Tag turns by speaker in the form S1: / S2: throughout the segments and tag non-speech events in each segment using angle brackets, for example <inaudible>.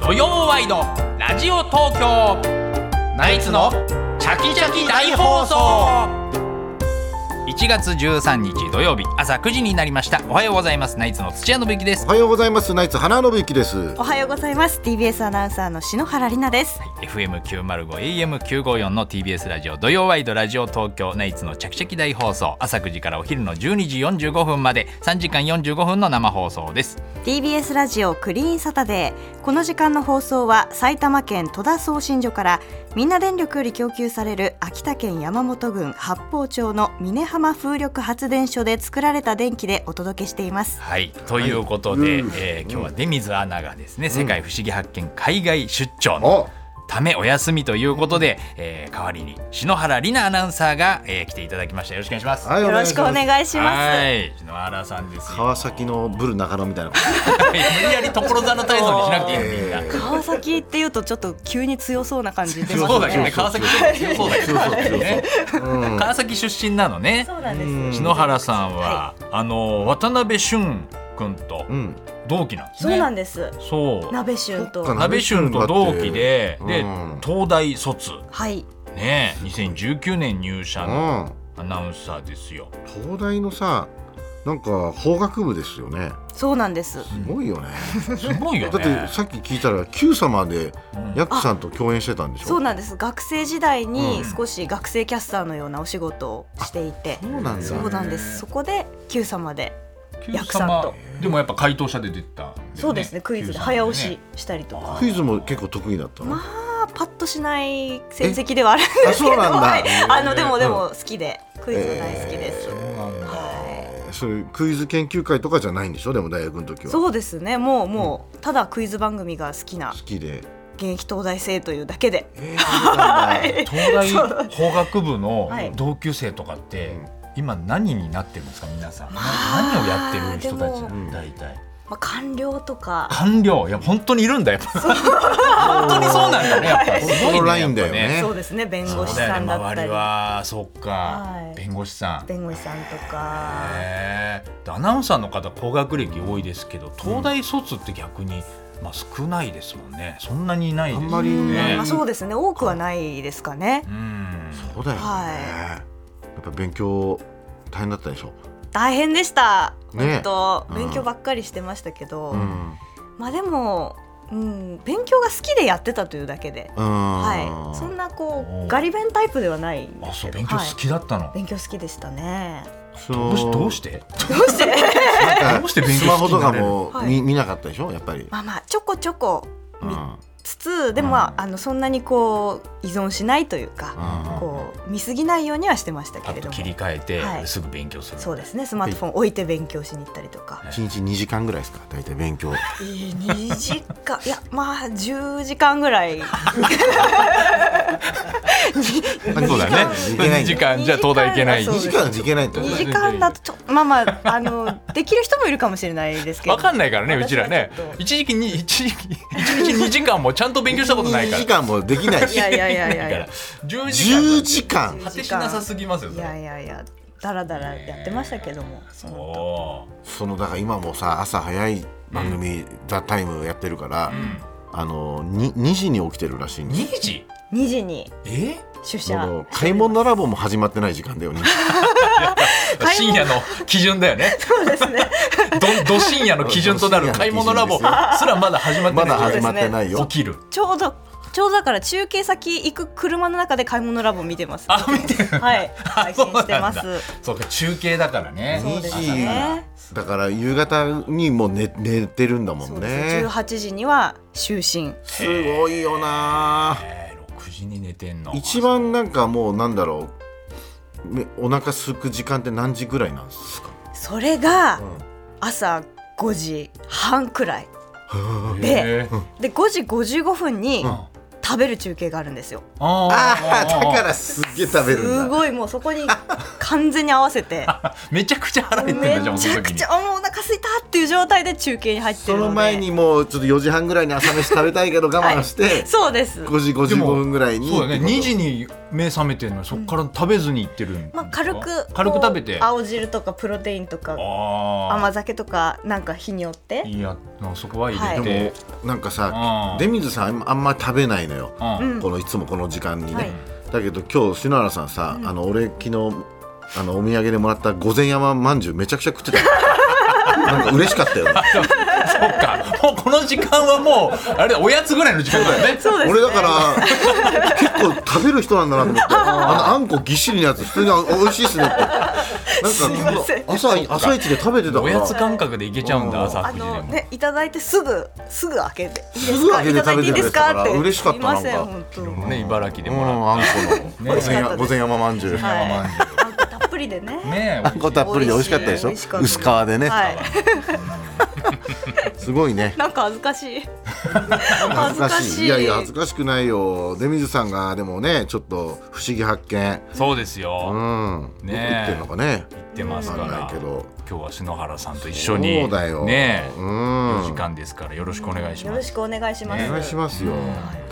S1: イのラジオ東京ナイツのチャキチャキ大放送1月13日土曜日朝9時になりましたおはようございますナイツの土屋信之です
S2: おはようございますナイツ花信之です
S3: おはようございます TBS アナウンサーの篠原里奈です、
S1: FM905AM954 の TBS ラジオ土曜ワイドラジオ東京ナイツのチャキチャキ大放送朝9時からお昼の12時45分まで3時間45分の生放送です
S3: TBS ラジオクリーンサタデーこの時間の放送は埼玉県戸田送信所からみんな電力より供給される秋田県山本郡八方町の峰浜風力発電所で作られた電気でお届けしています
S1: はい、ということで、
S2: うん
S1: えー今日は出水アナがですね、世界不思議発見海外出張の
S2: お
S1: ためお休みということで、えー代わりに篠原里奈アナウンサーが、えー来ていただきましたよろしくお願いします。
S2: はい
S3: よろしくお
S2: お願いし
S3: 願いします
S1: はい篠原さんです
S2: ます
S1: よ。
S2: 川崎のブル中野みたいなこと
S1: 無理やり所沢の態度にしなくていいのみんな。
S2: え
S3: 川崎っていうとちょっと急に強そうな感じ出ますね
S1: そうだけどね川崎強そうだけど
S2: そうそう
S1: ね。
S2: うん
S1: 川崎出身なのね。
S3: そうなんです、
S2: うん
S1: 篠原さんは、あの渡辺俊君と
S2: うん
S1: 同期なんです
S3: そう
S1: ね。
S3: なんです
S1: そう。
S3: 鍋旬と
S2: そっか
S1: 鍋俊と同期で、
S2: うん
S1: で東大卒
S3: はい
S1: ねえ、2019年入社の
S2: うん
S1: アナウンサーですよ。
S2: 東大のさなんか法学部ですよね
S3: そうなんです
S2: すごいよね
S1: すごいよ
S2: だ
S1: ね。
S2: ってさっき聞いたら Q 様で
S1: うん
S2: ヤクさんと共演してたんでしょ
S3: そうなんです学生時代
S2: うん
S3: に少し学生キャスターのようなお仕事をしていて、
S2: そうなんだ
S3: そうなんですそこで Q 様で、
S1: Q
S3: 役さんと
S1: でもやっぱ回答者で出てたんだよ、
S3: そうですねクイズ
S1: Q
S3: で
S1: さん
S3: 早押ししたりとか、
S2: クイズも結構得意だったの、
S3: まあパッとしない成績ではあるん
S2: あ
S3: ですけ
S2: そう
S3: ど
S2: なん
S3: は
S2: だ
S3: いあのでもで
S2: う
S3: も好きでクイズが大好きです、
S1: そうなんだ
S3: は
S2: そういうクイズ研究会とかじゃないんでしょでも大学の時
S3: い、
S2: は好
S3: そうですねもうもうただクイズ番組が好きな
S2: きで、
S3: 現役東大生というだけで
S2: えーそうなんだ
S1: 東大
S3: <laughs> そうだ
S1: 法学部の
S3: はい
S1: 同級生とかって、
S2: うん
S1: 今何になってるんですか皆さん、な
S3: あ
S1: 何をやってる人たちな
S2: で
S1: の
S2: も
S1: 大体
S3: まあ官僚とか
S1: 官僚いや本当にいるんだやっぱ本当にそうなんだねやっぱすごいね
S2: このラインだよね
S1: やっぱ
S3: そうですね弁護士
S1: そうよ
S3: さんだっ
S1: 周
S3: た
S1: り
S3: り、
S1: はそっか、
S3: はい
S1: 弁護士さん
S3: 弁護士さんとか。
S1: へえアナウンサーの方高学歴多いですけど東大卒って逆に、まあ、少ないですもんねそんなにいないです
S2: あんまり
S1: よ
S2: ね
S1: ね
S3: まあ、そうですね多くはないですかね
S1: うん
S2: そうだよね、
S3: はい
S2: やっぱ勉強大変だったでしょ
S3: 大変でした
S2: ね
S3: 本当、
S2: うん
S3: 勉強ばっかりしてましたけど、
S2: うん、
S3: まあでも、うん、勉強が好きでやってたというだけで、はい、そん
S2: な
S3: なこ
S1: おー
S3: うガリ勉タイプではないん
S1: あ
S3: です
S1: そう
S3: けど
S1: 勉強好
S3: はい
S1: きだったの、
S3: 勉強好きでしたね
S2: そ
S1: どうしどう
S2: <laughs> て
S1: して
S3: どうして <laughs>
S1: どうして勉強
S2: スマホとかも
S3: 好きになれる
S2: 見,、
S3: はい
S2: 見なかったでしょやっぱり、
S3: まあまあちょこちょこ
S2: うん
S3: 見つつでも、まああのそんなにこう依存しないというか、
S2: うん
S3: こう見過ぎないようにはしてました
S1: パ
S3: け
S1: ッ
S3: れ
S1: と
S3: ども
S1: 切り替えて、
S3: はい
S1: すぐ勉強する
S3: そうですねスマートフォン置いて勉強しに行ったりとか。
S2: 一日2時間ぐらいですか大体勉強
S3: えー、2時間 <laughs> いやまあ10時間ぐらい
S1: そうだね
S2: いけないんだ
S1: 時間じゃ東大行けない
S3: そう
S2: 2
S3: です
S2: 時間はいけないってこと
S3: 2
S2: だ
S3: 時
S2: ね
S3: 間だとちょまあまああのできる人もいるかもしれないですけど
S1: わかんないからねうちらね
S3: 私はちょっと
S1: 一時期に一時期一日二時間もちゃんと勉強したことないか
S2: 2
S1: ら
S2: 時間もできない
S3: い
S2: し
S3: やいやいやい
S1: だ
S3: や
S1: から10時間
S2: 10時間
S1: 果てしなさすぎますよ
S3: い
S1: それ
S3: やいやいやだらだらやってましたけども、本
S1: おー
S2: そのだから今もさ朝早い番組「ザタイムやってるから、あの 2, 時に起きてるらしいんです
S1: 二時
S3: 当2時に
S1: え
S2: そ
S3: 出社
S2: の買い物ラボも始まってない時間
S1: <laughs>
S2: だよね
S3: 買い
S1: 深
S3: 物
S1: 夜の基準だよね
S3: そうですね
S1: ど <laughs> ど深夜の基準となる買い物ラボすらまだ始まってな
S2: ま
S1: い
S2: だ始まってない
S1: 起
S2: よ
S1: きる
S3: ちょうどちょうどだから中継先行く車の中で買い物ラボ見てます
S1: あ見てるんだ
S3: はい配信してま
S1: そうなん
S3: す
S1: だそうか中継だからね
S3: そうです
S2: いいな
S3: ね
S2: だから夕方にもう寝寝てるんだも
S3: そうんです
S2: ね
S3: よ18時には就寝
S2: すごいよな
S1: えー6時に寝てんの
S2: 一番なんかもうなんだろうめお腹すく時間って何時ぐらいなんですか、
S3: それ
S2: う
S3: が
S2: ん
S3: 朝5時半くらい
S2: は
S3: で
S1: へー
S3: で5時55分に
S1: うん
S3: 食べる中継があるんですよ、
S1: あ
S2: ああ
S1: ー
S2: だからすげえ食べる
S3: す
S2: んだ
S3: ごいもうそこに完全に合わせて
S1: めちゃくちゃ腹減ってんだ
S3: め
S1: じゃん
S3: ち
S1: 遅
S3: ゃ
S1: く
S3: く
S1: に
S3: ちゃあもうお腹空いたっていう状態で中継に入って
S2: そ
S3: るので
S2: の前にもうちょっと4時半ぐらいに朝飯食べたいけど我慢して、
S3: そうです
S2: 5時55分ぐらいに
S1: そうだね2時
S2: に
S1: に
S4: 目覚めてるのにそこから食べずにいってるんですか
S3: まあ、軽く
S4: 軽く
S3: こう
S4: 食べてあ
S3: 青汁とかプロテインとか
S4: あ
S3: 甘酒とかなんか日によって
S4: ーいいやそこは入
S3: は
S4: れ
S3: い
S4: て、
S2: でもなんかさ
S1: うん
S2: 出水さんあんまあんまり食べないのよ、
S1: うん
S3: うん
S2: このいつもこの時間にね、
S3: はい
S2: だけど今日篠原さんさ、あの俺昨日あのお土産でもらった御前山まんじゅうめちゃくちゃ食ってたよなんか嬉しかったよ、ね、
S1: そっかもうこの時間はもうあれだおやつぐらいの時間だよね
S3: そうですね
S2: 俺だから結構食べる人なんだなと思ってあのあんこぎっしりのやつ普通にあ美味しいですねってなんか朝朝一で食べてたか
S1: おやつ
S2: ら
S1: 感覚でいけちゃうんだ
S2: うん
S1: 朝
S3: あ
S1: 9時で
S3: の
S1: も
S3: ねいただいてすぐすぐ開けていいです
S2: すぐ
S3: か
S2: 開け
S3: い
S2: て
S3: ただい
S2: 食
S3: て
S2: べ
S3: い
S2: てくれ
S3: いです
S2: てた
S3: か
S2: か
S3: っ
S2: ら
S3: て
S2: 嬉しかった
S3: いません
S2: なんか
S3: 本当
S1: もね茨城で
S2: うん
S1: もらっ
S2: あんこの
S3: 美
S2: 御
S3: 味しか
S2: 前
S3: った
S2: 山
S3: です
S2: 御前山まんじゅう
S3: はい
S4: まんじゅ
S3: あんこたっぷりでね
S1: たねえ
S2: あんこたっぷりで美味しかったでしょ
S3: 美味しい美味し
S2: 薄
S3: か
S2: 皮でね、
S3: はい
S2: すごいね
S3: なんか恥ずかしい
S2: <laughs>
S3: 恥ずかしい
S2: いやいや恥ずかしくないよ出水さんがでもねちょっと不思議発見
S1: そうです
S2: う
S1: よ
S2: ん
S1: ねえ
S2: どこ行ってんのかね
S1: 行ってますか
S2: わかん
S1: ら
S2: ないけど
S1: 今日は篠原さんと一緒に
S2: そうだよ
S1: ね
S2: う
S1: え
S2: ん
S1: お時間ですからよろしくお願いし
S3: よ
S1: ま
S3: ろ
S1: す
S3: しくお願いしま
S2: お
S3: す。
S2: 願いしますよ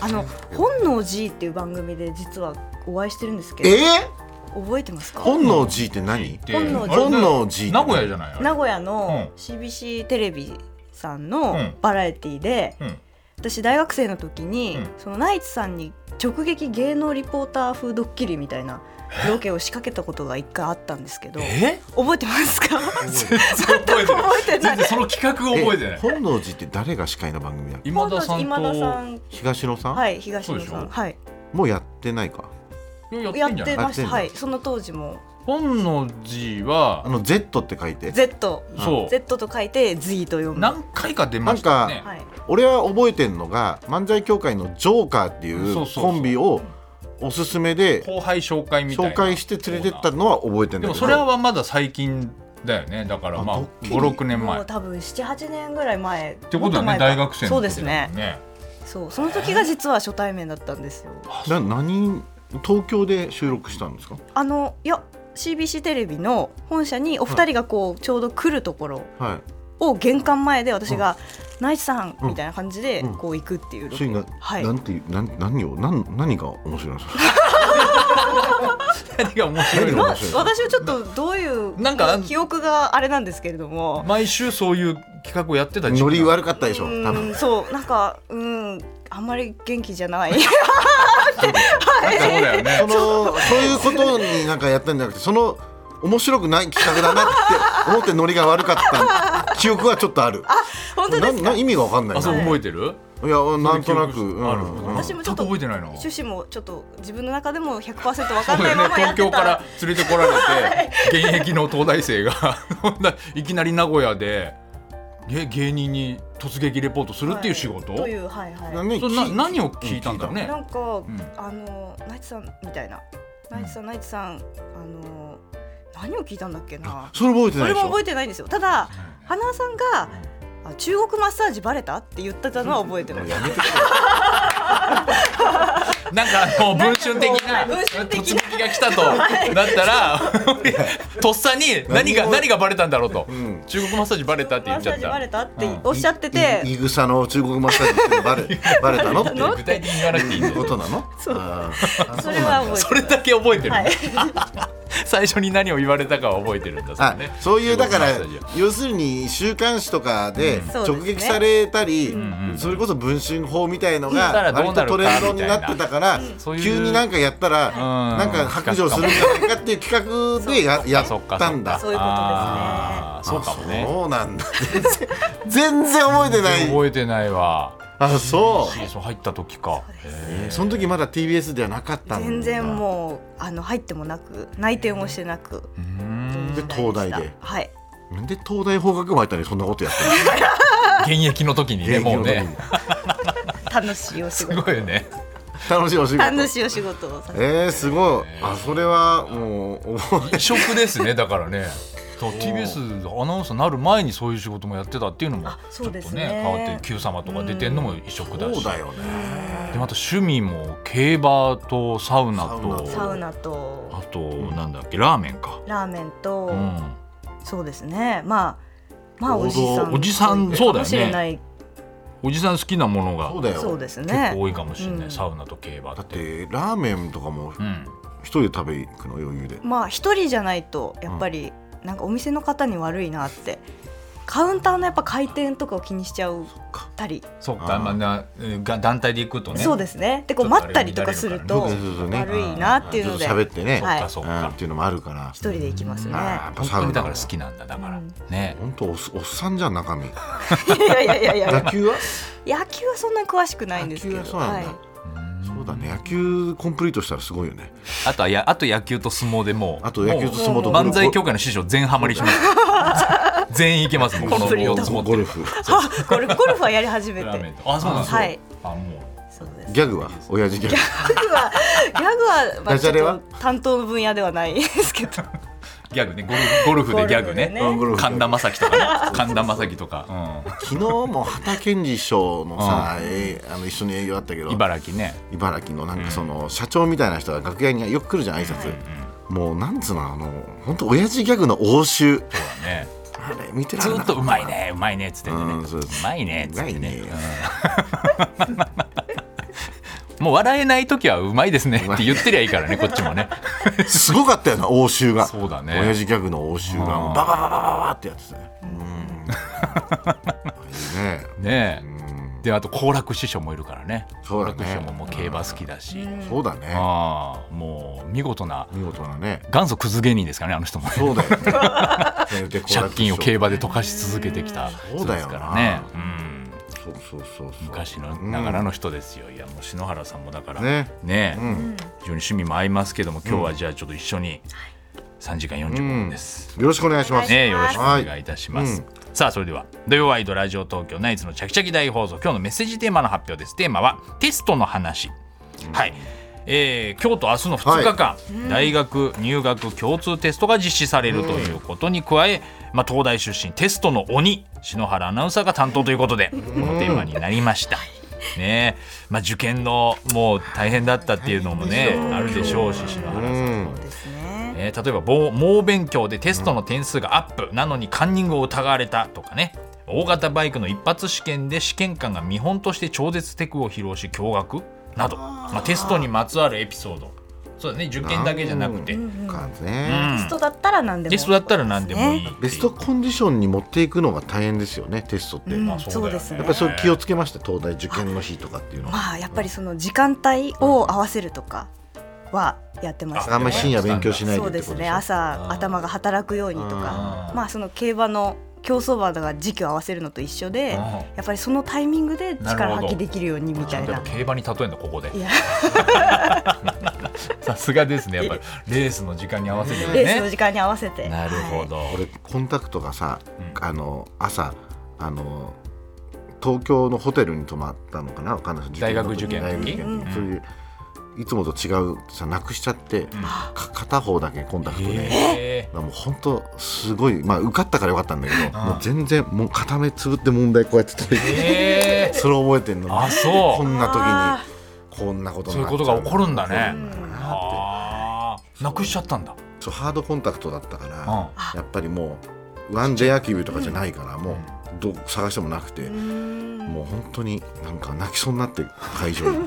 S3: あの本能寺っていう番組で実はお会いしてるんですけ
S2: え
S3: ど、
S2: ー、
S3: 覚えてますか？
S2: 本能寺って何
S3: 本能寺
S2: 本能寺
S1: 名古屋じゃないあれ
S3: 名古屋の
S1: う
S3: CBC テレビさん
S1: う
S3: の
S1: ん
S3: バラエティで、
S1: うん
S3: 私大学生の時に、
S1: うん
S3: そのナイツさんに直撃芸能リポーター風ドッキリみたいなロケを仕掛けたことが一回あったんですけど、
S1: え
S3: 覚えてますか？
S1: 全然 <laughs> 覚えてない
S3: 覚えてな
S1: 全
S3: い
S1: 然。その企画を覚えてない
S2: 本能寺って誰が司会の番組だっけ
S1: 今田さんと
S3: 今田さん、
S2: 東野さん、
S3: はい、東野
S1: そう
S3: さ
S1: でし
S3: ん、
S1: ょ
S3: はい、
S2: もうやってないか
S1: いや
S3: や
S1: ってんじゃ
S3: っ
S1: ない
S3: てまし
S2: やって
S3: た。
S2: んだ
S3: はい、その当時も
S1: 本能寺
S2: あ
S1: は
S2: の Z って書いて
S3: Z、
S1: そう
S3: Z と書いて Z と読む。
S1: 何回か出ましたね
S3: はい。
S2: 俺は覚えてんのが漫才協会のジョーカーってい
S1: そううそうそう
S2: コンビをおすすめで
S1: 後輩紹介みたいな
S2: 紹介して連れてったのは覚えてん
S1: で
S2: だ
S1: も
S2: け
S1: それ
S2: ど
S1: はまだ最近だよねだからまあ
S2: あドッキリ
S1: 56年前
S3: も
S1: っ
S3: う多分七八年ぐらい前。って
S1: ことはね大学生の時だもん
S3: そうですね。そう、その時が実は初対面だったんですよ。
S2: な何東京で収録したんですか
S3: あの、いや。CBC テレビの本社にお二人がこうちょうど来るところ
S2: はい
S3: を玄関前で私が「ナイツさん」みたいな感じで
S2: うん
S3: こう行くっていうロ
S2: そ
S3: ケ
S2: れが、
S3: はい
S2: なんていうなん何をなん何が面白いんですか
S1: 何が面白い
S3: ま
S1: の
S3: あ私はちょっとどういう
S1: なんか
S3: 記憶があれなんですけれども
S1: 毎週そういう企画をやってた時期
S2: ノリ悪かったでしょ
S3: う
S2: 多分
S3: んそうなんかうんあんまり元気じゃない
S1: なんかそうだ
S3: <laughs>
S1: よね
S2: そのそういうことになんかやったんじゃなくてその面白くない企画だなって思ってノリが悪かった記憶はちょっとある
S3: 本当です
S2: なな
S3: か
S2: 意味が分かんない
S1: あそう
S2: な
S1: 覚えてる
S2: いやなんとなく、うん
S1: ある
S2: うん
S3: 私もちょっと
S1: 全く覚えてないな
S3: 趣旨もちょっと自分の中でも100%わ
S1: そ
S3: か
S1: うんだ
S3: ない
S1: よね
S3: ままや
S1: 東
S3: って
S1: 京か
S3: た
S1: ら連れてこられ
S3: <laughs>
S1: て現役の東大生が <laughs> そんないきなり名古屋でげ芸人に突撃レポートするっていう仕事、
S3: はいというはいは
S2: ないね
S1: それな何を聞いたんだろうね
S3: <laughs> なんか、
S1: ん
S3: あのナイツさんみたいなナイツさん、ナイツさんあの何を聞いたんだっけな
S2: それ覚えて
S3: そ
S2: ない
S3: れ
S2: でし
S3: も
S2: ょ
S3: 覚えてないんですよただ花輪さんがあ中国マッサージバレたって言ってたのは覚えてます
S2: やめて
S1: なんかあの文春的な
S3: なんかこう文
S1: 突
S3: 春的
S1: 撃
S3: な
S1: が来たとなったらとっさに何が
S2: 何を
S1: 何がバレたんだろうと
S2: ん
S1: 中国マッサージ <laughs> バレたって言っちゃっ
S3: マッサージバレ
S1: た
S3: たっておっしゃってて、
S2: いい草の中国マッサージってバレバレたのって
S3: の
S1: 具体的に言わなくていいんだ
S2: いう
S1: よ
S2: ことなの
S3: そう
S2: あー
S3: それは覚えて
S1: それだけ覚えてる
S3: はい
S1: 最初に何を言われたかは覚えてるんだそ
S2: あ
S1: れね
S2: そういうだから
S1: 中国マッサージは
S2: 要するに週刊誌とかで
S3: んそう
S2: 直
S3: ですね
S2: 撃されたり
S1: うん
S2: それこそ文春法みたいの
S1: したら
S2: が
S1: どう
S2: 割
S1: な
S2: と
S1: るか
S2: トレンドになってたから
S1: そういう
S2: 急になんかやったら
S1: ん
S2: なんか白状するんじゃないかっていう企画でやや
S1: そっ
S2: っ
S1: か
S2: たんだ
S3: そっかそういうことですね
S1: あーそうかも
S2: あ
S1: ね
S2: そうなんだ <laughs> 全然全然覚えてない
S1: 覚えてないわ
S2: あそ
S1: CS 入った時か
S2: うえーその時まだ TBS ではなかったんだ
S3: 全然もうあの入ってもなく内定もしてなく、
S1: うーん
S2: で東大で
S3: はい
S2: なんで東大法学部入ったのにそんなことやってる
S1: 現
S2: の
S1: 役の時にねもう
S2: 現役
S1: ね
S2: の時
S3: 楽しいお仕
S1: す
S3: 事
S1: ごいよね
S2: に楽しいお仕事
S3: 楽しいお仕事をさせて
S2: えー、すごいあそれはもう覚え
S1: 異色ですねだからねだから TBS アナウンサーになる前にそういう仕事もやってたっていうのも
S3: あ
S1: ち
S3: そ
S1: ょ
S3: う
S1: っ
S3: で
S1: と
S3: すね
S1: ね変わって「Q 様」とか出てんのも異色だ
S2: そ
S1: し
S2: うだよね
S1: でまた趣味も競馬とサウナと
S3: サウ
S2: ナ
S3: ナと
S1: あとなんだっけラーメンか。
S3: ラーメンと、
S1: うん
S3: そうですねまあまあお
S2: 王
S3: じさ
S2: 道
S3: ん
S1: おじさん
S3: とい
S1: そうだよね
S3: かもしれない
S1: おじさん好きなものが
S2: そうだ
S3: そう
S2: よ
S3: です
S1: 結
S3: ね
S1: 構多いかもしれない、
S3: うん
S1: サウナと競馬
S2: だ
S1: っ。
S2: っててラーメンとかも
S1: うん、
S2: 一人で食べ行くの余裕で
S3: まあ一人じゃないとやっぱりなんかお店の方に悪いなってカウンターのやっぱ回転とかを気にしちゃうたり
S1: そっ
S2: あ
S1: か、
S2: ー
S1: まあな、えーが団体で行くとね。
S3: そうですねでこう
S1: ちょっとあ
S3: 待
S1: れ
S3: ったりとかすると
S1: 乱
S2: れるからねそうそうそうね
S3: 悪いなっていうので
S2: ちょっと喋ってね
S3: はい
S1: あそうっ
S2: んっ
S1: か。
S2: ていうのもあるから
S3: 一人で行きますね
S2: あーやっぱ
S1: 本
S2: サ
S1: 当
S2: ウ
S1: に
S2: ナ
S1: だ
S2: は
S1: から好きなんだだから、
S3: うん
S1: ね。
S2: 本当おっおっさんじゃん中身
S3: いやいやいやいや
S2: 野球は
S3: 野球はそんなに詳しくないんですけど
S2: 野球はそうなんだ
S3: はい
S1: うん
S2: そうだね野球コンプリートしたらすごいよね
S1: あとはやあと野球と相撲でもう
S2: あと野球と相撲と
S1: もう漫才協会の師匠全ハマりします
S2: <laughs>
S1: 全員いけますもんこの
S3: コンプリート
S1: 四つ持って
S2: ゴ
S1: る
S2: ルフ
S3: あゴルゴルフはやり始め
S1: ラーメン
S3: て
S1: とあそうなんです
S3: はい
S1: あもう
S3: そうですギ
S2: ギャグは親父ギャグ
S3: ャグはギャグは,、まあ、
S2: ダジャレは
S3: ちょっと担当の分野ではないですけど
S1: <laughs> ギャグねゴルフゴルフでギャグね
S3: ゴルフでねうん
S2: ゴルフ
S1: 神田正輝とかね神田正輝とか、
S2: 昨日も畑健二師匠のさ、えーあの一緒に営業あったけ
S1: う
S2: ど
S1: ん、茨城ね
S2: 茨城のなんかその社長みたいな人が楽屋によく来るじゃん挨拶、もうなんつうのあの本当親父ギャグの応酬
S1: ね
S2: あれ見てら
S1: ず
S2: れな
S1: っ
S2: かっ
S1: と
S2: た
S1: うまいねうまいねっつってねう
S2: うんそうです
S1: まいねっつってね
S2: うまいね
S1: うんもう笑えない時はうまいですねって言ってりゃいいからねこっちもね
S2: すごかったよな応酬が
S1: そうだね
S2: 親父ギャグの応酬が
S1: うん
S2: ババババババってやってたねうんいい
S1: ね
S2: ねうん
S1: えであと好楽師匠もいるからね
S2: そう
S1: 好
S2: だね
S1: 楽師匠ももう競馬好きだし、
S2: そうだね
S1: ああもう見事な
S2: 見事なね
S1: 元祖クズ芸人ですからねあの人も
S2: そうだよねで
S1: 借金を競馬で溶かし続けてきた
S2: そう
S1: 人
S2: だよな
S1: ですからね、うん、
S2: そうそうそうそう
S1: 昔のながらの人ですよ、いやもう篠原さんもだからね
S2: ね
S1: え
S2: うん
S1: 非常に趣味も合いますけども今日はじゃあちょっと一緒に3時間45分です、
S2: よろしくお願いします
S1: ねえよろしくお
S2: はい
S1: 願いいたします、
S2: うん
S1: さあそれでは土曜ワイドラジオ東京ナイツのチャキチャキ大放送今日のメッセージテーマの発表ですテーマはテストの話、はいえー今日と明日の2日間、大学入学共通テストが実施されるということに加え、まあ、東大出身テストの鬼篠原アナウンサーが担当ということでこのテーマになりました。ねえまあ、受験のもう大変だったっていうのもねあるでしょうし篠原さん
S2: うん
S3: ですね
S1: えー例えば猛猛勉強でテストの点数がアップ、なのにカンニングを疑われたとかね大型バイクの一発試験で試験官が見本として超絶テクを披露し驚愕などまあ、テストにまつわるエピソードそうだね受験だけじゃなくて、うん
S2: かね
S3: テストだったら何でも
S1: テストだったら何でもいいって
S3: ね
S1: いう
S2: ベストコンディションに持っていくのが大変ですよねテストって、
S3: うん
S2: やっ
S1: そうだよ
S3: そうですね
S2: ぱりそれ気をつけました東大受験の日とかっていうのは
S3: まあやっぱりその時間帯を合わせるとかはやってました
S2: あんまり深夜勉強しないで
S3: そ
S2: っ
S3: う
S2: て
S3: で
S2: こ
S3: す
S2: とで
S3: ね
S2: しょ
S1: あ
S3: 朝
S1: ー
S3: 頭が働くようにとか
S1: うん
S3: まあその競馬の競走馬が時期を合わせるのと一緒で
S1: うん
S3: やっぱりそのタイミングで力発揮できるようにみたい
S1: で
S3: な
S1: も。競馬に例えるのここで
S3: いや
S1: さすがですねやっぱりレースの時間に合わせて
S3: レースの
S1: ね
S3: 時間に合わせて。
S1: なるほど、
S2: 俺コンタクトがさ、
S1: うん
S2: あの朝あの東京のホテルに泊まったのかなわかんない
S1: 大学受験の
S2: 大
S1: 時
S2: 学受験の時
S1: うん
S2: そういういつもと違うさなくしちゃって、か片方だけコンタクトで、
S1: え
S2: まあもう本当すごいまあ受かったからよかったんだけど、
S1: うん
S2: もう全然もう片目つぶって問題こうやって解い
S1: ー、
S2: て、
S1: え
S2: それ覚えてんの
S1: ー、あそう
S2: こんな
S3: あ
S2: 時にこんなこと
S1: そ
S2: に
S1: ういう
S2: なっちゃ
S1: ことが起こるんだね
S2: 起こるんだなって
S1: あーなくしちゃったんだ
S2: ちょハードコンタクトだったから、
S1: う
S2: やっぱりもうワン J 野球部とかじゃないから、もうどう探してもなくて、もう本当になんか泣きそうになって会場に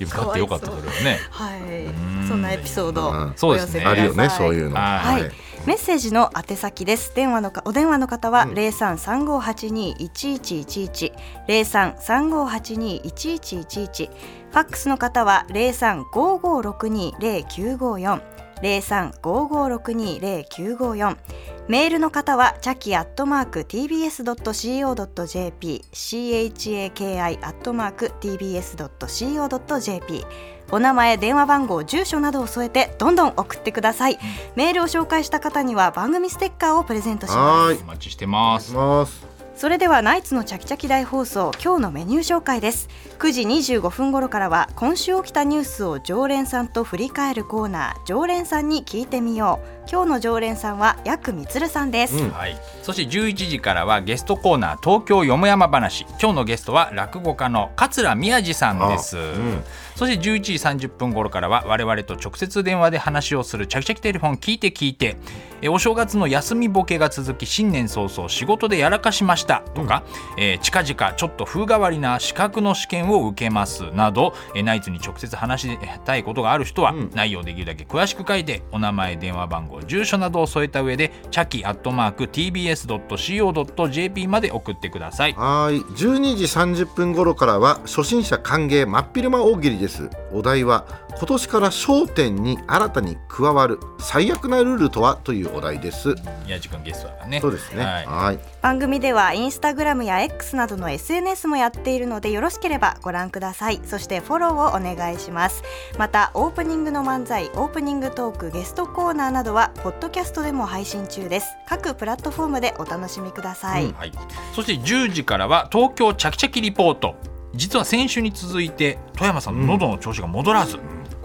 S1: 受かってよかったそれはね
S3: はい、そんなエピソード
S2: うん
S1: そうですね
S3: お寄せくださ
S2: あるよねそういうの。
S1: はい
S3: はい、メッセージの宛先です。電話のかお電話の方は零三三五八二一一一一零三三五八二一一一一。ファックスの方は零三五五六二零九五四零三五五六二零九五四。メールの方はチャキアットマーク TBS ドット CO ドット JP、CHAKI アットマーク TBS ドット CO ドット JP。お名前、電話番号、住所などを添えてどんどん送ってください。メールを紹介した方には番組ステッカーをプレゼントします。
S2: はーい
S1: お待ちしてます
S2: ます
S3: それではナイツのチャキチャキ大放送今日のメニュー紹介です9時25分頃からは今週起きたニュースを常連さんと振り返るコーナー常連さんに聞いてみよう今日の常連さんはヤクミツルさんです、
S2: うん
S1: はい、そして11時からはゲストコーナー東京よもやま話今日のゲストは落語家の桂宮治さんです、
S2: あうん
S1: そして11時30分頃からは我々と直接電話で話をする「チャキチャキテレフォン聞いて聞いて」えーお正月の休みボケが続き新年早々仕事でやらかしました」とか、えー近々ちょっと風変わりな資格の試験を受けます」など、えーナイツに直接話したいことがある人は、内容をできるだけ詳しく書いてお名前電話番号住所などを添えた上で「チャキ」「@tbs.co.jp」まで送ってください。
S2: はーい12時30分頃からは初心者歓迎真っ昼間大喜利ですお題は今年から商店に新たに加わる最悪なルールとはというお題です
S1: 宮地君ゲストだからね。
S2: そうですね
S1: はい
S2: はい
S3: 番組ではインスタグラムや X などの SNS もやっているのでよろしければご覧くださいそしてフォローをお願いしますまたオープニングの漫才オープニングトークゲストコーナーなどはポッドキャストでも配信中です各プラットフォームでお楽しみください、
S1: はい、そして10時からは東京チャキチャキリポート実は先週に続いて富山さんの喉の調子が戻らず、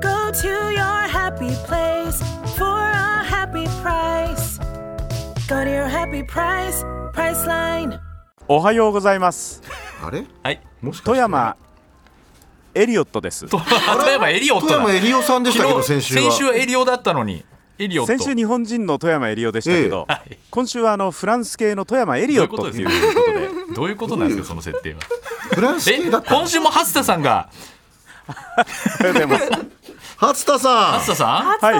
S5: Go to your happy place for a happy price. Go to your happy price, price line.
S6: おはようございます
S2: あれ
S1: はい
S2: もしかして
S6: 富山エリオットです
S1: 富山エリオット
S2: 富
S1: だ
S2: 山エリオさんでしたけど先週は
S1: エリオだったのにエリオット
S6: 先週日本人の富山エリオでしたけど、今週はあのフランス系の富山エリオットっていう
S1: どういうことですかどういうことなんですかその設定は
S2: フランス
S1: え
S2: 系だった
S1: 今週もハスタさんが
S6: おはようございます
S2: 初田さ
S1: ハスタさ
S6: はい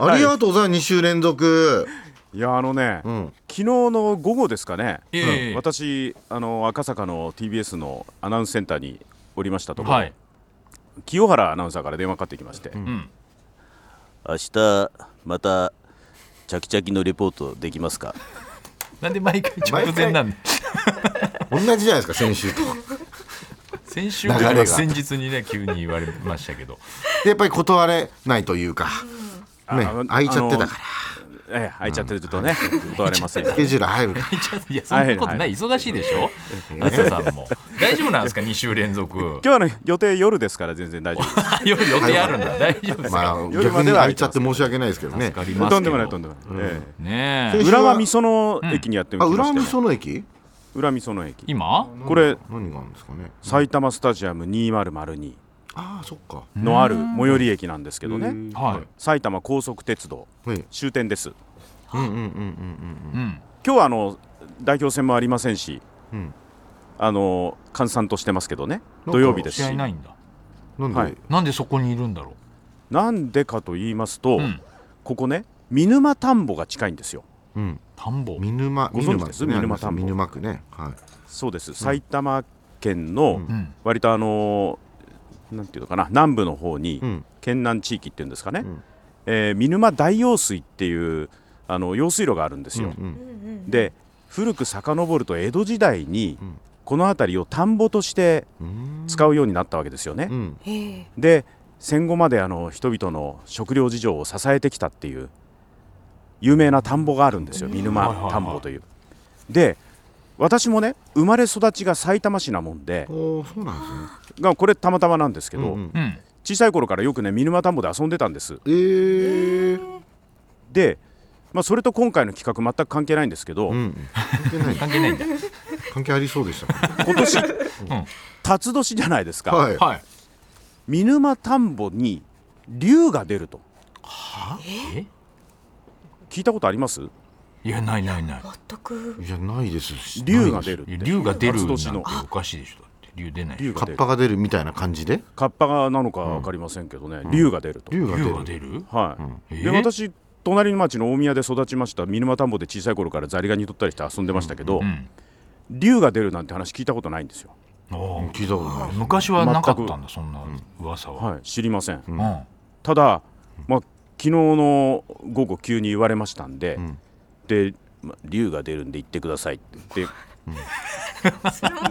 S2: んありがとうございます2週連続
S6: <laughs> いやあのね、
S2: ん
S6: 昨日の午後ですかね、
S1: ええ
S6: 私あの赤坂の TBS のアナウンスセンターにおりましたと
S1: ん
S6: ころ、
S1: はい
S6: 清原アナウンサーから電話かかってきまして、
S7: 明日またチャキチャキのレポートできますか
S1: なんで毎回直前なんで
S2: 同じじゃないですか先
S6: <laughs>
S2: 週と
S1: 先週
S2: 流れ
S1: は
S2: が
S1: 先日にね急に言われましたけど <laughs>
S2: やっぱり断れないというかね
S6: あの
S2: 空いちゃってたか
S6: ら、ええ、空いちゃってるとね、断れません
S2: らスケジュール入るか
S1: いやそんなことない、忙しいでしょ、あつさんも。大丈夫なんですか、2週連続。
S6: 今日の予定夜ですから全然大丈夫です
S1: 夜予定あるんだ、大丈夫です
S2: らま
S1: か。
S2: あ
S6: 夜ま
S2: 逆に
S6: では
S2: 空いちゃって申し訳ないですけどね
S1: 助かりますけど
S6: とんでもないとんでもない、え
S1: ね
S6: え
S1: え、
S2: 先週
S6: 浦和美園駅にやってき
S2: あ
S6: ました
S2: 裏
S6: よ
S2: 味噌の駅
S6: 浦和美園駅
S1: 今
S6: これ
S2: 何があるんですかね
S6: 埼玉スタジアム2002
S2: ああそっか
S6: のある最寄り駅なんですけどね
S1: は
S6: 埼玉高速鉄道
S2: はい
S6: 終点です今日はあの代表戦もありませんし、あの閑散としてますけどね
S2: なんか
S6: 土曜日で
S1: い。
S6: す
S1: 試合
S6: し
S1: ないんだ。
S2: なんで、
S6: はい
S1: なんでそこにいるんだろ
S6: なんでかと言いますと、
S1: ん
S6: ここね見沼田んぼが近いんですよ
S2: うん
S1: う。田んぼ。
S2: 見沼
S6: ご存知です
S2: 見
S6: 見沼
S2: 沼
S6: 田んぼ
S2: 見沼区ねはい
S6: そうです埼玉県の割とあのなんていうのかな南部の方に
S2: ん
S6: 県南地域っていうんですかね、えー見沼大用水っていうあの用水路があるんですよ、で古く遡ると江戸時代にこの辺りを田んぼとして使うようになったわけですよね、
S2: うん
S3: え
S6: で戦後まであの人々の食料事情を支えてきたっていう有名な田んぼがあるんですよ見沼田んぼという。で私もね生まれ育ちが埼玉市なもんで
S2: おおそうなんですね
S6: がこれたまたまなんですけど、
S2: うん
S1: うん。
S6: 小さい頃からよくね見沼田んぼで遊んでたんです。
S2: えー、
S6: で、まあ、それと今回の企画全く関係ないんですけど、
S2: うん関係ない
S1: 関係ないんだ。
S2: 関係ありそうでしたね
S6: 今年辰年じゃないですか、
S2: はい
S1: はい。
S6: 見沼田んぼに竜が出ると
S1: え
S6: 聞いたことあります
S1: いや、ないないない。
S3: 全く
S2: いやないですし
S6: 竜が出
S2: る
S6: るっ
S1: い
S6: て
S1: や竜が出るなんて
S6: 辰年
S1: お
S6: の
S1: かしいでしょ。だって竜出ない。
S6: 竜が
S2: カッ
S6: 出る
S2: パが出るみたいな感じで
S6: カッパがなのか分かりませんけどね、竜が出ると。
S2: 竜が
S1: 竜
S2: 出る
S1: が出る
S6: はい
S1: うんえ
S6: で私隣の町の大宮で育ちました見沼田んぼで小さい頃からザリガニ取ったりして遊んでましたけど、
S1: ん
S6: 竜が出るなんて話聞いたことないんですよ、
S1: あー
S2: 聞いたことないです
S1: 昔はなかったんだ、そんな噂は。
S6: はい、知りません、
S1: うん。あ
S6: ただ、まあ、昨日の午後急に言われましたんで、で
S7: 竜が出るんで言ってくださいって
S6: で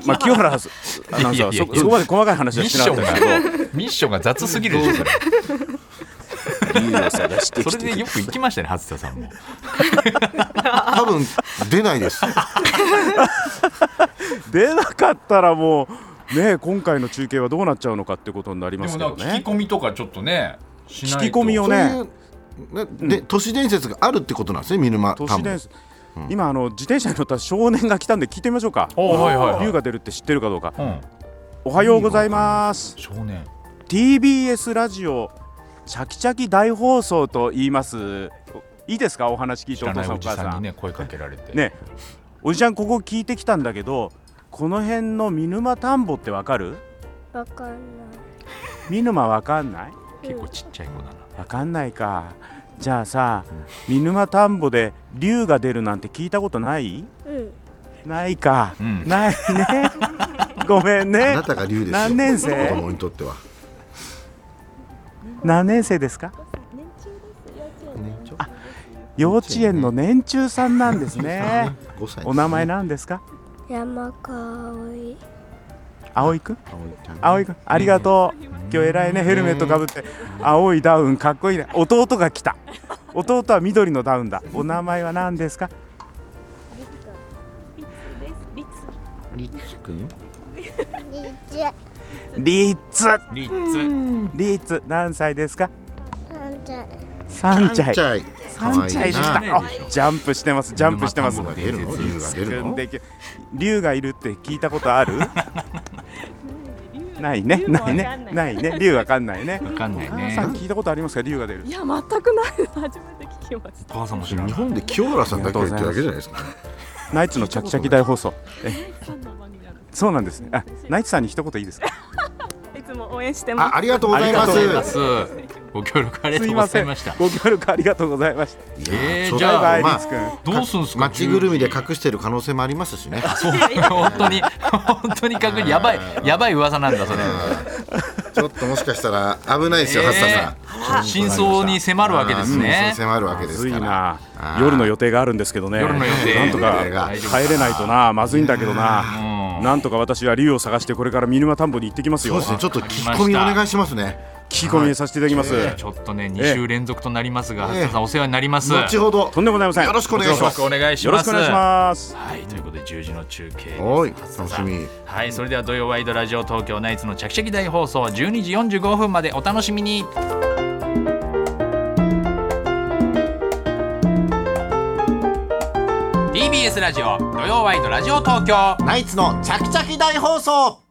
S6: まあ、清原アナウンサーはい
S1: や
S6: そ
S1: いやいや
S6: そこまで細かい話
S1: ミ
S6: は
S1: ッ
S6: し
S1: シ
S6: てな
S1: ョ
S6: か
S1: ン
S6: っ
S1: が
S6: たですけど
S1: ミッションが雑すぎるでしょ
S7: 理由を探して
S1: そ
S7: き
S1: れそれで
S7: て
S1: よく行きましたね初田さんも
S2: 多分出ない
S6: <laughs>
S2: です
S6: 出なかったらもうね今回の中継はどうなっちゃうのかってことになりますけどね
S1: 込みとかちょっとねし
S6: 聞き込みを
S2: そうい
S6: ね
S2: うねで都市伝説があるってことなんですね見沼
S6: 都市伝
S2: 説
S6: 説今あの自転車に乗った少年が来たんで聞いてみましょうか
S1: おーはいはいはい
S6: 竜が出るって知ってるかどうか
S1: うん
S6: おはようございます
S1: 少年
S6: TBS ラジオチャキチャキ大放送と言いますいいですかお話聞い
S1: 知
S6: てお
S1: ら
S6: 父
S1: ないお
S6: さんお
S1: じ
S6: 母
S1: さん
S6: さ
S1: に
S6: ん
S1: ね声かけられて
S6: ねおじちゃんここ聞いてきたんだけどこの辺の見沼田んぼってわかる
S8: わかんない。
S6: 見沼わかんない
S1: 結構ちっちゃい子だな
S6: わかんないかじゃあさ見沼田んぼで竜が出るなんて聞いたことない
S8: うん。
S6: ないか、
S1: ん
S6: ない
S1: <laughs>
S6: ねごめん
S2: あ
S6: ね
S2: なたが竜ですよ
S6: 何年
S2: 子
S6: 生
S2: 供にとっては
S6: 何年生ですかあ幼稚園の年中さんなんですね
S2: 5歳
S6: お名前なんですか
S8: 山川い
S6: 葵くん
S2: 青い
S6: 葵くんありがとう今日偉いねヘルメットかぶって青いダウンかっこいいね弟が来た弟は緑のダウンだお名前は何ですか
S8: じゃ、
S6: リッツ
S1: リッツ
S6: リッツ何歳ですか
S8: なんだ。
S6: 三
S2: ちゃ
S6: 歳
S2: いちゃい
S6: 三歳でした
S1: 可愛いな
S6: あジャンプしてますジャンプしてます
S2: 竜が出るの竜が出るの
S6: でき竜がいるって聞いたことあ <laughs> るないねないねないね竜わかんない <laughs> ね
S1: わかんない
S6: お母さん
S1: ね
S6: 聞いたことありますか竜が出る
S9: いや全くない初めて聞きまし
S1: お母さんも知らな
S2: 日
S1: い
S2: 本で清原さんだけが言ってるだけじゃないですか
S6: ナイツのチャキチャキ大放送えそうなんですねあナイツさんに一言いいですか
S9: たいつも応援してます
S2: あありがとうございます
S6: ありがとうございま
S1: ご協力ありがとうございました
S6: ご協力ありがとうございました
S2: いや
S1: えー
S2: そ
S1: じ
S2: れ
S1: ゃあ
S2: は
S6: バイバ
S2: ま
S6: イリーツくん
S1: どうすんすか
S2: 街ぐるみで隠してる可能性もありますしね
S1: そう本当に本当にかくやばいやばい噂なんだそれ
S2: ちょっともしかしたら危ないですよ、ハッサさん。
S1: 真相に迫るわけですね
S2: 真相に迫るわけで
S6: ますずい
S2: から。
S6: な夜の予定があるんですけどね
S1: 夜の予定
S6: なんとか
S2: 予定が
S6: 帰れないとなまずいんだけどななんとか私は竜を探してこれから見沼田んぼに行ってきます
S2: そう
S6: よ
S2: ですね、ちょっと聞
S1: り
S2: き
S1: ました
S2: 込みお願いしますね。
S6: 聞き込みさせていただきます、
S1: ちょっとね2週連続となりますが
S2: ええ
S1: 初田さんお世話になります
S2: 後ほど。
S6: とんでもございません
S2: よろしくお願いします。
S1: お願いし
S6: よろ
S1: ま
S6: し
S1: す
S6: くお願いします
S1: はいということで10時の中継です
S2: おい
S1: 初田さん
S2: 楽しみ
S1: はいそれでは土曜ワイドラジオ東京ナイツのちゃきちゃき大放送12時45分までお楽しみに「TBS ラジオ土曜ワイドラジオ東京」
S2: ナイツのチャキチャキ大放送。